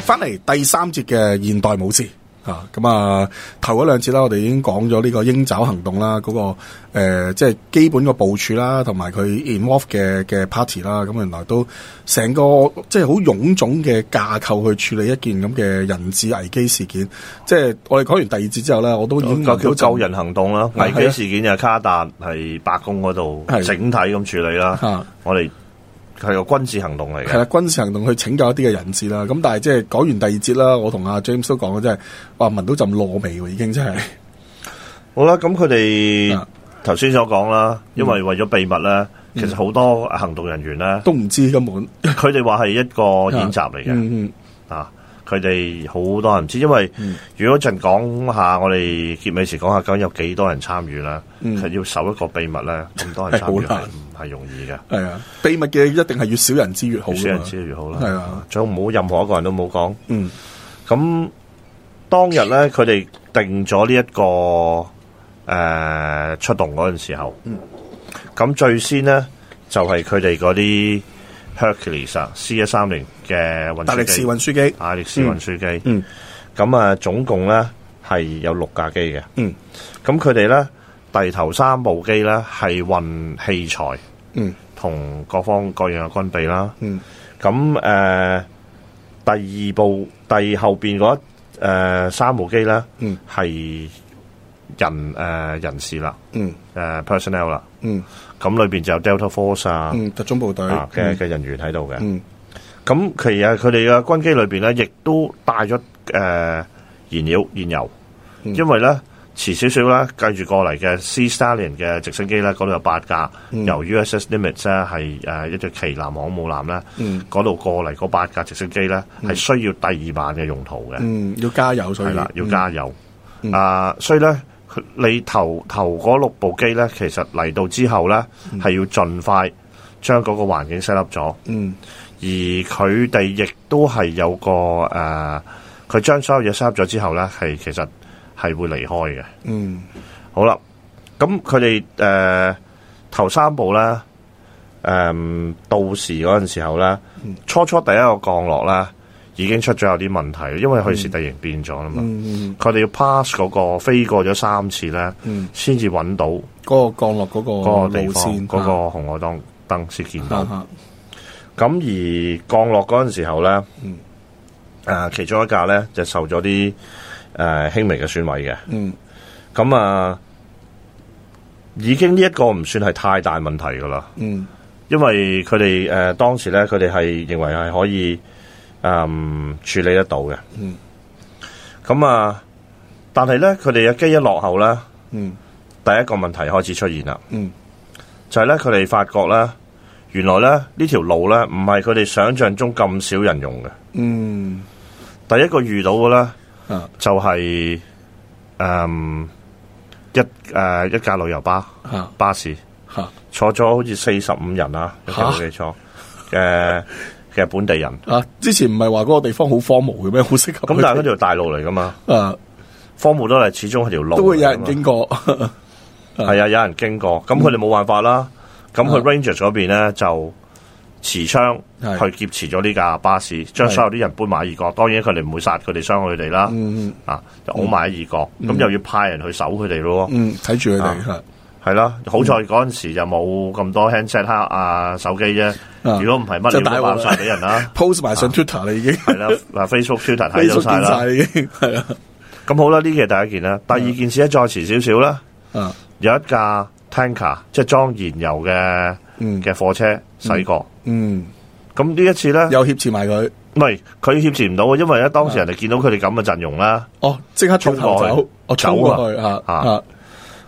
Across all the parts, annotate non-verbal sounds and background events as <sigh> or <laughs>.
翻嚟第三節嘅現代武士啊，咁啊頭嗰兩節啦，我哋已經講咗呢個鷹爪行動啦，嗰、個、呃、即係基本嘅部署啦，同埋佢 involve 嘅嘅 party 啦，咁原來都成個即係好臃腫嘅架構去處理一件咁嘅人質危機事件。即係我哋講完第二節之後咧，我都已經就叫諗到哦救人行動啦，啊危係機啊事件就係卡達係白宮嗰度係整體咁處理啦啊。我哋係個軍事行動嚟係嘅，啦，軍事行動去拯救一啲嘅人質啦。咁但係即係講完第二節啦，我同阿 James 都講嘅，真係哇聞到陣燶味喎，已經真係好啦，咁佢哋啊嗯頭先所講啦，因為為咗秘密咧，其實好多行動人員咧，都唔知根本。佢哋話係一個演習嚟嘅嗯嗯嗯啊。佢哋好多人唔知，因為嗯如果一陣講下我哋結尾時講下究竟有幾多人參與啦，其實要守一個秘密咧，咁多嗯人係好參與係難唔係容易嘅？係啊，秘密嘅一定係越少人知越好越少㗎人嘛。知越好啦。啊係啊，最好唔好任何一個人都冇講。嗯，咁當日咧，佢哋定咗呢一個誒、呃出動嗰陣時候，嗯咁、最先咧就係佢哋嗰啲 Hercules 啊 C 一三零嘅運大輸力士機，運輸機，大力士運輸機，嗯咁啊、總共咧係有六架機嘅，嗯咁佢哋咧第頭三部機咧係運器材嗯同各方各樣嘅軍備啦。嗯咁誒、呃第二部第後邊嗰一誒三部機咧，嗯係人誒、呃人士啦，嗯誒、personnel 啦，嗯咁裏邊就有 Delta Force 啊嗯，特種部隊啊嘅嘅人員喺度嘅。嗯咁其實佢哋嘅軍機裏邊咧，亦都帶咗誒燃料燃油，嗯因為咧遲少少啦，繼住過嚟嘅 C Stallion 嘅直升機咧，嗰度有八架，嗯由 USS Nimitz 咧係呃誒一隻旗艦航母艦咧，嗯嗰度、過嚟嗰八架直升機咧係需要第二晚嘅用途嘅，嗯，要加油，所係以嗯啦、要加油。啊，所以咧，佢你頭頭嗰六部機咧，其實嚟到之後咧，係、要盡快將嗰個環境 set up 咗。嗯而佢哋亦都係有個誒，呃佢、將所有嘢收咗之後咧，係其實係會離開嘅。嗯好啦，咁佢哋誒頭三步咧，誒、到時嗰陣時候咧，初初第一個降落啦，已經出咗有啲問題，因為佢時地形變咗啦嘛。嗯，佢哋要 pass 嗰、個飛過咗三次咧嗯，先至揾到嗰個降落嗰嗰個個地路方線，嗰、個紅外燈燈先見到啊。啊咁而降落嗰陣時候咧，誒、嗯其中一架咧就受咗啲誒輕微嘅損毀嘅。嗯咁啊，已經呢一個唔算係太大問題噶啦，嗯因為佢哋誒當時咧，佢哋係認為係可以嗯處理得到嘅。嗯。咁啊，但係咧，佢哋嘅機一落後咧，嗯第一個問題開始出現啦，嗯就係咧佢哋發覺咧，原來咧呢條路咧唔係佢哋想象中咁少人用嘅。嗯第一個遇到嘅咧啊就係、嗯一誒、呃一架旅遊巴啊巴士嚇坐咗好似四十五人啊，有冇記錯？誒嘅本地人，啊！之前唔係話嗰個地方好荒蕪嘅咩？好適合咁佢但係嗰哋條大路嚟噶嘛，啊，荒蕪都係始終係條路嚟㗎嘛，都會有人經過。啊係啊，有人經過，咁佢哋冇辦法啦。咁佢啊 Rangers 嗰邊咧就持槍係去劫持咗呢架巴士，將係所有啲人搬埋喺異國。當然佢哋唔會殺佢哋，傷害佢哋啦。嗯啊，就拱埋喺異國，咁又要派人去守佢哋咯。嗯，睇住佢哋啊嚇係啦，好在嗰陣時就冇咁多 handset 黑啊手機啫。如果唔係，乜真料啊大都鑊爆啦晒俾 <laughs> 人啦。 ，post 埋上 Twitter 啦已經。係啦，嗱 Facebook、Twitter 啊睇到 Facebook 晒見啦。晒嗯已經係啊咁好啦，呢件係第一件啦。第二件事咧，再遲少少啦，啊有一架 tanker 即係裝燃油嘅嗯嘅貨車駛過。嗯，咁呢一次咧，又挟持埋佢，唔係佢協持唔到啊，因為咧當時人哋見到佢哋咁嘅陣容啦，哦，即刻衝頭衝過去走，我衝過去啊啊啊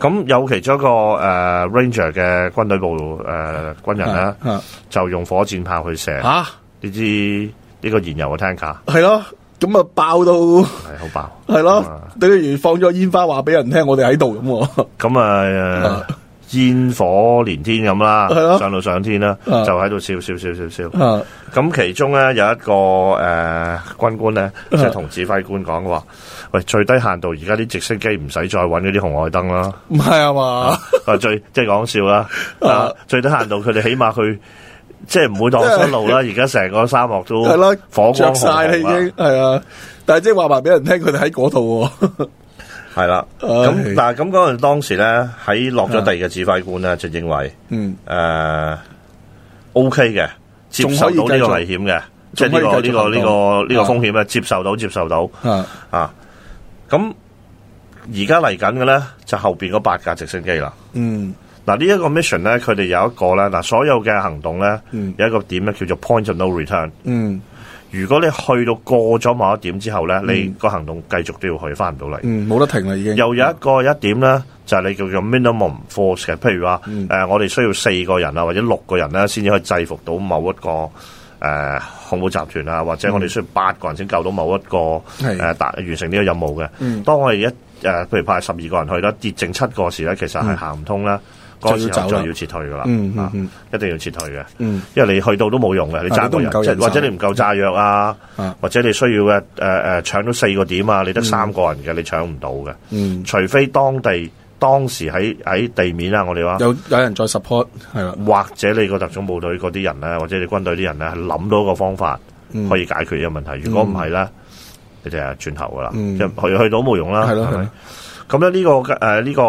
咁有其中一個誒、呃 Ranger 嘅軍隊部誒、呃、軍人咧，啊就用火箭炮去射呢啊支呢個燃油嘅 tanker，吓，係咯，咁啊爆到係好爆。係咯啊，等如放咗煙花話俾人聽，我哋喺度咁咁啊呃啊煙火連天咁啦係，咯上到上天啦，就啊喺度笑笑笑笑笑。喎啊咁其中咧有一個誒、呃、軍官咧，啊即係同指揮官講話：，喂，最低限度而家啲直升機唔使再揾嗰啲紅外燈啦。 <laughs> 唔係啊嘛，啊最即係講笑啦，啊啊最低限度佢哋起碼去即係唔會蕩 <laughs> 失路啦。而家成個沙漠都係啦，火光着紅啊晒啦已紅啦經，係啊，但係即係話埋俾人聽，佢哋喺嗰度喎。系啦，唉啊咁但系咁嗰阵當時咧，喺落咗地嘅指揮官咧就認為嗯，诶 O K 呃嘅，接仲受可以到呢繼個續危險嘅，即係仲呢可個以繼續呢個行動呢個呢啊個風險咧，接受到接受到啊，啊！咁而家嚟緊嘅咧就後边嗰八架直升機啦。嗯，嗱呢一個 mission 咧，佢哋有一個咧，嗱所有嘅行動咧嗯有一個點咧叫做 point of no return。嗯，如果你去到過咗某一點之後咧，你個行動繼續都要去，翻唔到嚟。嗯，冇得停啦已經。又有一個一點咧，就係、你叫做 minimum force 嘅，譬如話誒、嗯呃我哋需要四個人啊，或者六個人啦，先至可以制服到某一個誒、呃恐怖集團啊，或者我哋需要八個人先救到某一個誒、嗯係嗯呃達完成呢個任務嘅。當我哋一誒、呃譬如派十二個人去啦，跌剩七個時咧，其實係行唔通啦。嗰個時嗯就要候走啦就要撤退噶啦，嗯嗯啊嗯一定要撤退嘅，嗯因為你去到都冇用嘅，你啊揸你都個唔人，夠即係人或者手你唔夠炸藥啊啊，或者你需要嘅誒誒搶到四個點啊，你得三個人嘅，你搶唔到嘅。嗯，除非當地當時喺喺地面啊，我哋話，有有人再 support 係啦，或者你個特種部隊嗰啲人咧，或者你軍隊啲人咧，係諗到一個方法嗯可以解決呢個問題。如果唔係咧，你哋係轉頭噶啦，嗯即係去去到冇用啦，係咯啊係係咪咯？，咁咧呢個誒呢個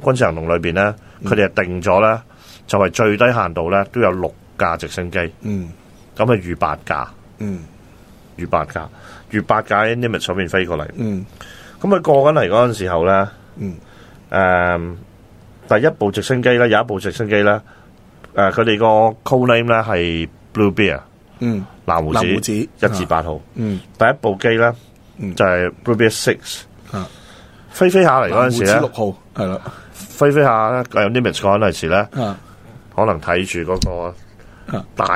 軍事行動裏邊咧，嗯佢哋係定咗咧，就係最低限度咧都有六架直升機，咁嗯啊預八架，嗯預八架，預八架喺 Nimitz 上面飛過嚟。嗯咁佢過緊嚟嗰陣時候咧，誒、嗯呃第一部直升機咧，有一部直升機咧，誒佢哋個 call name 咧係 Blue Bear 嗯，藍胡子藍胡子一至八號，嗯第一部機咧、嗯就係 Blue Bear Six 啊。飛飛下嚟嗰陣藍胡，時咧子六號係啦，飛飛下咧，有 limits 嗰陣時咧，啊可能睇住嗰個啊大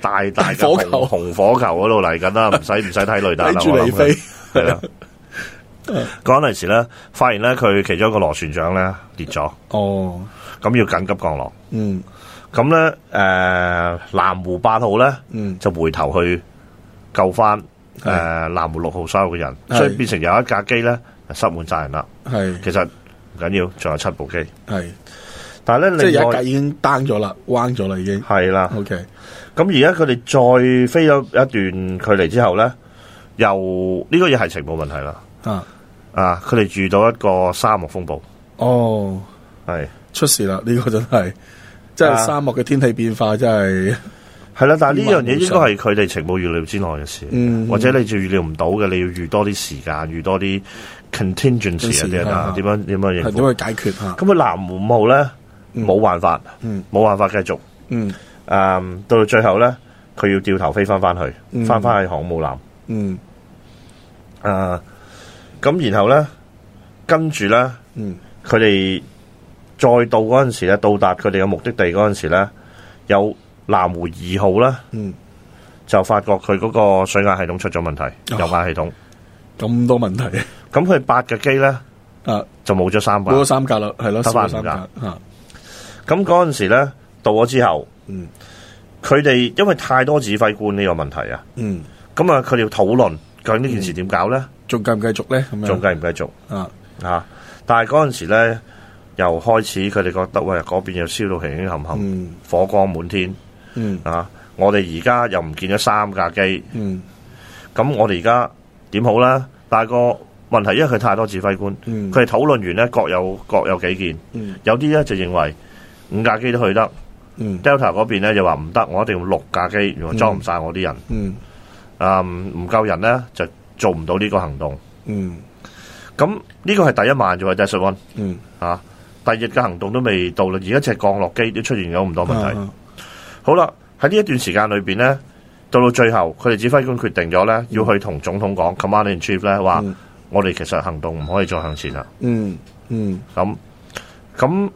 大大嘅大火球紅紅火球嗰度嚟緊 <laughs> 啦，唔使唔使睇雷達啦，睇住我諗你啊佢飛，系 <laughs> 啦。嗰陣時咧，發現咧佢其中一個螺旋槳咧跌咗，哦，咁要緊急降落。嗯咁咧，誒南湖八號咧嗯就回頭去救翻誒係南湖六號所有嘅人，係嗯所以變成有一架機咧塞滿晒人啦。係其實唔緊要，仲有七部機，係，但係即係咧有另一外啊架已嗯經 down 咗啦，彎咗啦已經。係啦， OK，咁而家佢哋再飛咗一段距離之後咧，又呢、個嘢係情報問題啦。啊，啊，佢哋遇到一個沙漠風暴，哦。係。出事啦！呢、個真係，真係啊沙漠嘅天氣變化真係，系啦，但系呢樣嘢應該係佢哋情報預料之內嘅事，嗯或者你就預料唔到嘅，你要預多啲時間，預多啲 contingency 啊啲人 contingency，啊，點樣點樣係應點付？去解啊決吓？咁佢南湖五號咧嗯冇辦法，嗯冇辦法繼續，嗯诶，到到最後咧，佢要掉頭飛翻翻去，嗯翻翻去航母艦，嗯诶，咁然後咧，跟住咧，嗯佢哋再到嗰阵时咧，到達佢哋嘅目的地嗰阵时咧，有南湖二號啦。嗯，就發覺佢嗰個水壓系統出咗問題，哦油壓系統。咁多問題咁佢八嘅機咧啊！就冇咗三把冇。咗三格啦，係咯，得少咗返五三格啊吓。咁嗰陣時咧到咗之後，嗯佢哋因為太多指揮官呢個問題啊，嗯，咁啊佢哋要討論究竟呢件事點搞咧，仲繼唔繼續咧？咁樣仲繼唔繼續啊？啊？但係嗰陣時咧又開始佢哋覺得喂嗰邊又燒到起起冚冚，嗯火光滿天嗯啊！我哋而家又唔見咗三架機，嗯咁我哋而家點好啦？但係個問題因為佢太多指揮官。嗯，佢哋討論完咧，各有各有幾見，嗯有啲咧就認為五架機都去得嗯，Delta 嗰邊咧就話唔得，我一定要六架機，如果裝唔晒我啲人，嗯啊唔唔夠人咧就做唔到呢個行動。嗯咁呢個係第一晚啫喎，Desert One 嗯，啊，第二日嘅行動都未到啦，而家隻降落機都出現咗咁多問題。啊好啦，喺呢一段時間裏邊咧，到到最後佢哋指揮官決定咗咧，要去同總統講 Command in Chief 咧話，嗯我哋其實行動唔可以再向前啦。嗯嗯咁咁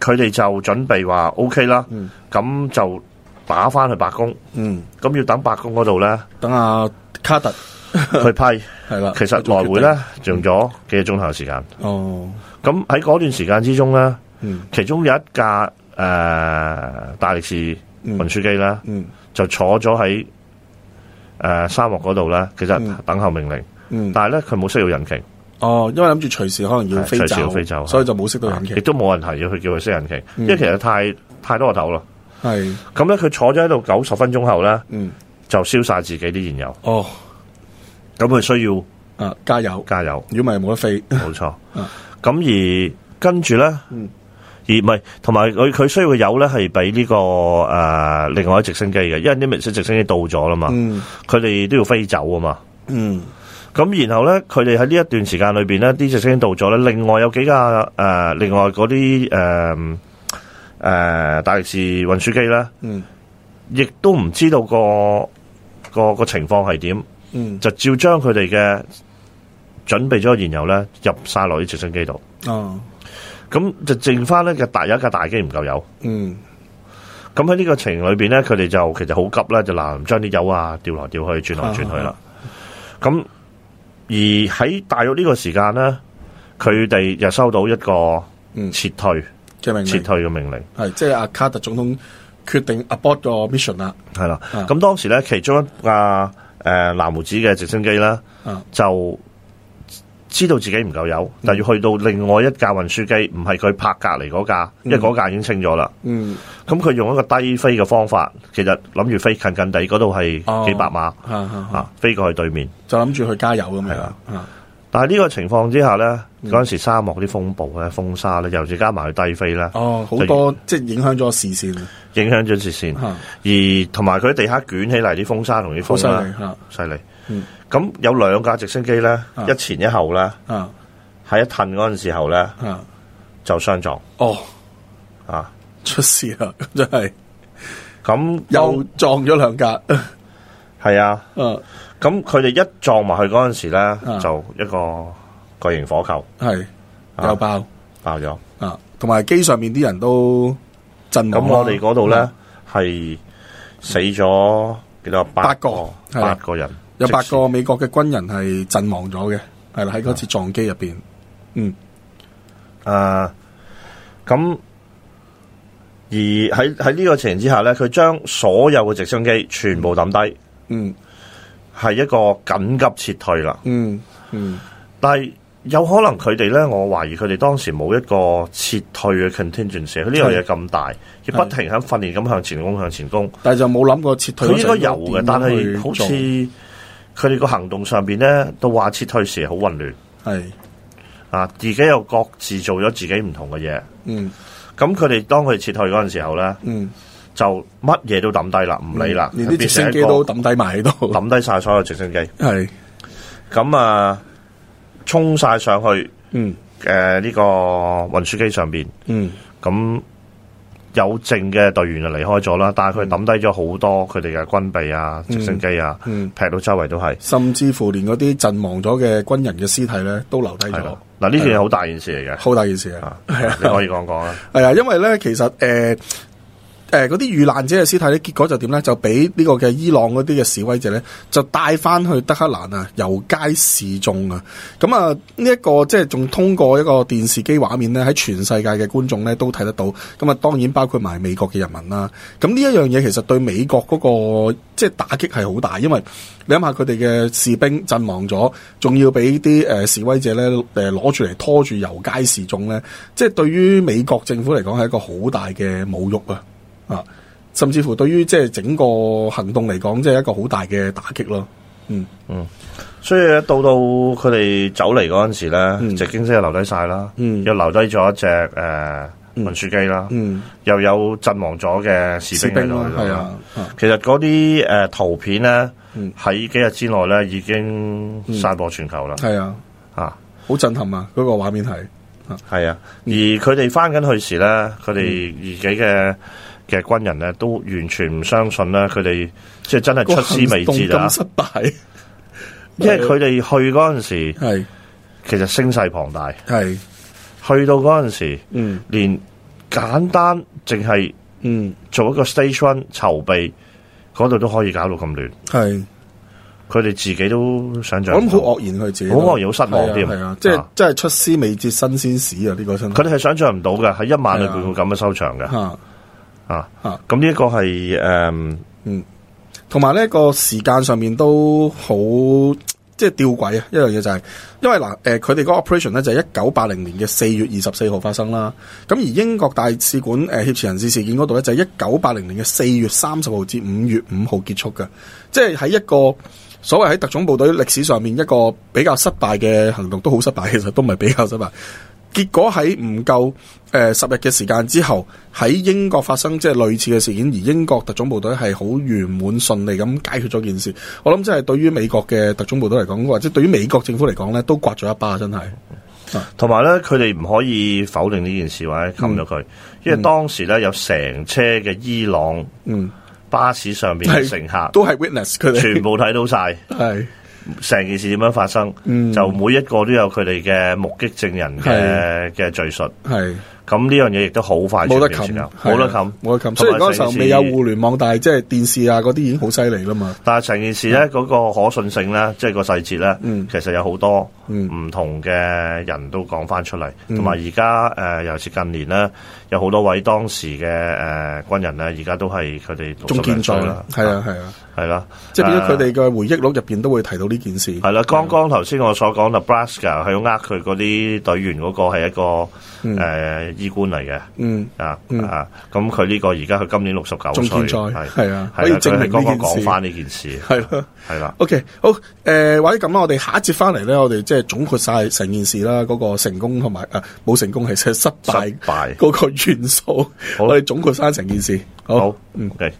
佢哋就準備話 O K 啦，嗯咁、就打翻去白宮，嗯，咁要等白宮嗰 <laughs> 度咧等阿卡特去批。係啦。其實做決來定回咧用咗幾個鐘頭時間。哦，咁喺嗰段時間之中咧，嗯其中有一架誒、呃大力士運輸機咧，嗯就坐咗喺誒沙漠嗰度咧，其實嗯等候命令，嗯，但係咧佢冇需要引擎，哦，因為諗住隨時可能要係啊飛隨時要走，飛走所以就冇識到人嘅嗯亦。都冇人提要佢叫佢識引擎，因為其實太太多個頭啦。係，咁咧佢坐咗喺度九十分鐘後咧，嗯，就燒晒自己啲燃油。哦，咁佢需要啊，加油！加油，如果唔係冇得飛，冇錯啊。咁而跟住咧，嗯而唔係同埋佢佢需要嘅油咧係俾呢個诶、呃另外一直升機嘅，因為啲明星直升機到咗啦嘛，嗯佢哋、都要飛走啊嘛。嗯，咁然後咧，佢哋喺呢一段時間裏邊咧，啲直升機到咗咧，另外有幾架誒、呃另外嗰啲誒誒大力士運輸機咧，嗯亦都唔知道個個個情況係點，嗯，就照將佢哋嘅準備咗嘅燃油咧入晒落啲直升機度，啊，咁就剩翻咧嘅大有一架大機唔夠油。嗯咁喺呢個情裏邊咧，佢哋就其實好急啦，就嗱將啲油啊調來調去，轉來轉去啦。咁而喺大約呢個時間咧，佢哋又收到一個嗯，撤退、嘅命撤令退嘅命令，係即係阿卡特總統決定 abort 個 mission 啦，係啦。啊咁當時咧，其中一架誒藍胡子嘅直升機啦，啊，就知道自己唔夠油，但要去到另外一架運輸機，唔係佢拍隔離嗰架，因為嗰架已經清咗啦。嗯咁佢用一個低飛嘅方法，其實諗住飛近近地嗰度係幾百碼。啊啊啊啊，飛過去對面。就諗住去加油咁樣係啦啊，但係呢個情況之下咧，嗰陣時沙漠啲風暴咧、風沙咧，尤其加埋佢低飛咧，哦，好多即係影響咗視線影響咗視線，嚇，而同埋佢地下捲起嚟啲風沙同啲好犀風啦，利嚇犀利嗯。咁有兩架直升機咧，一前一後咧，啊喺一褪嗰陣時候咧啊，就相撞哦，啊！出事啦，咁真係咁又撞咗兩架，係啊，啊咁佢哋一撞埋去嗰陣時咧，啊就一個巨型火球係啊又爆爆咗。啊，同埋機上面啲人都震咁撼啦我哋嗰度嗯咧係死咗幾多？八個個係八個人，有八即時個美國嘅軍人係陣亡咗嘅，係啦喺嗰次撞機入邊，嗯啊，咁而喺喺呢個情形之下咧，佢將所有嘅直升機全部抌低，嗯係一個緊急撤退啦。嗯嗯但係有可能佢哋咧，我懷疑佢哋當時冇一個撤退嘅 contingency，佢呢樣嘢咁大，亦不停喺訓練咁向前攻向前攻。但係就冇諗過撤退佢嗰陣點樣應該去有做，嘅，但係好似佢哋個行動上邊咧，到話撤退時好混亂係啊，自己又各自做咗自己唔同嘅嘢。嗯咁佢哋當佢哋撤退嗰陣時候咧。嗯就乜嘢都抌低啦，唔理啦，連啲直升機都抌低埋喺度，抌低晒所有直升機，係咁啊衝晒上去嗯誒呢個運輸機上邊，嗯咁有剩嘅隊員就離開咗啦，但係佢抌低咗好多佢哋嘅軍備啊、直升機啊，嗯，劈到周圍都係，甚至乎連嗰啲陣亡咗嘅軍人嘅屍體咧都留低係咗啦，，嗱呢件嘢好大件事嚟嘅，好大件事啊！啊，你可以講講啦，係啊，因為咧，其實诶诶嗰啲遇難者嘅屍體咧，結果就點咧？就俾呢個嘅伊朗嗰啲嘅示威者咧，就帶翻去德黑蘭啊，遊街示眾啊。咁啊，呢、一個即係仲通過一個電視機畫面咧，喺全世界嘅觀眾咧都睇得到。咁啊，當然包括埋美國嘅人民啦。咁呢一樣嘢其實對美國嗰、個即係打擊係好大，因為你諗下佢哋嘅士兵陣亡咗，仲要俾啲誒示威者咧誒攞住嚟拖住遊街示眾咧，即係對於美國政府嚟講係一個好大嘅侮辱啊！啊，甚至乎對於即係整個行動嚟講，即係一個好大嘅打擊咯。嗯所以到到佢哋走嚟嗰陣時咧，嗯直升機又留低晒啦，嗯又留低咗一隻誒運輸機啦。嗯，又有陣亡咗嘅士士兵喺兵度啦，係啦。啊，啊其實嗰啲誒圖片咧嗯，喺幾日之內咧已經散播全球啦。係啊，啊，好震撼啊！嗰、個畫面係嗯係啊，而佢哋翻緊去時咧，佢哋自己嘅嘅軍人咧都完全唔相信咧，佢哋即係真係出師未捷個啊行動咁！失敗， <laughs> 因為佢哋去嗰陣時，係其實聲勢龐大，係去到嗰陣時，嗯連簡單淨係嗯做一個 station 籌備嗰度都可以搞到咁亂。係。佢哋自己都想象我諗唔好到，愕然佢自己都，好愕然好失望添係啊係啊，即係啊真係出師未捷身先死啊！呢個真係佢哋係想象唔到嘅，喺一晚裏啊邊會咁樣收場嘅。嚇咁呢一個係誒嗯同埋呢個時間上面都好即係吊詭啊！一樣嘢就係、因為嗱，誒佢哋嗰個 operation 咧就係一九八零年嘅四月二十四號發生啦。咁而英國大使館誒、呃、挟持人質事件嗰度咧，就係一九八零年嘅四月三十號至五月五號結束嘅，即係喺一個。所謂喺特種部隊歷史上面一個比較失敗嘅行動，都好失敗，其實都唔係比較失敗。結果喺唔夠誒呃十日嘅時間之後，喺英國發生即係類似嘅事件，而英國特種部隊係好圓滿順利咁解決咗件事。我諗真係對於美國嘅特種部隊嚟講，或者對於美國政府嚟講咧，都刮咗一巴，真係。同埋咧，佢哋唔可以否定呢件事或者冚咗嗯佢，因為當時咧有成車嘅伊朗嗯，巴士上面嘅乘客，都係 witness 佢哋全部睇到晒 <laughs> 係成件事點樣發生，嗯就每一個都有佢哋嘅目擊證人嘅嘅敘述。係咁呢樣嘢亦都好快冇得傳遍全冚球，冇得係啊冚，冇得冚。同雖埋然嗰時候成件事未有互聯網，但係即係電視啊嗰啲已經好犀利啦嘛。但係成件事咧，嗰、個可信性咧，即係個細節咧，嗯其實有好多嗯唔同嘅人都講翻出嚟，同埋而家誒，尤其是近年咧，有好多位當時嘅誒、呃、軍人咧，而家都係佢哋仲健在啦，係係啊，啊係啊。係啦，即係變咗佢呃哋嘅回憶錄入邊都會提到呢件事。係啦，剛剛頭先我所講 Nebraska 係要呃佢嗰啲隊員嗰個係一個誒、呃醫官嚟嘅嗯，啊嗯啊！咁佢呢個而家佢今年六十九仲健歲，在係係啊係可以啦證明佢係剛呢剛件事講翻呢件事，係咯。係啦。 OK，好，誒、或者咁啦，我哋下一節翻嚟咧，我哋即係總括晒成件事啦，嗰、個成功同埋誒冇成功係失失敗失敗嗰個元素，好我哋總括晒成件事。好好，嗯，OK。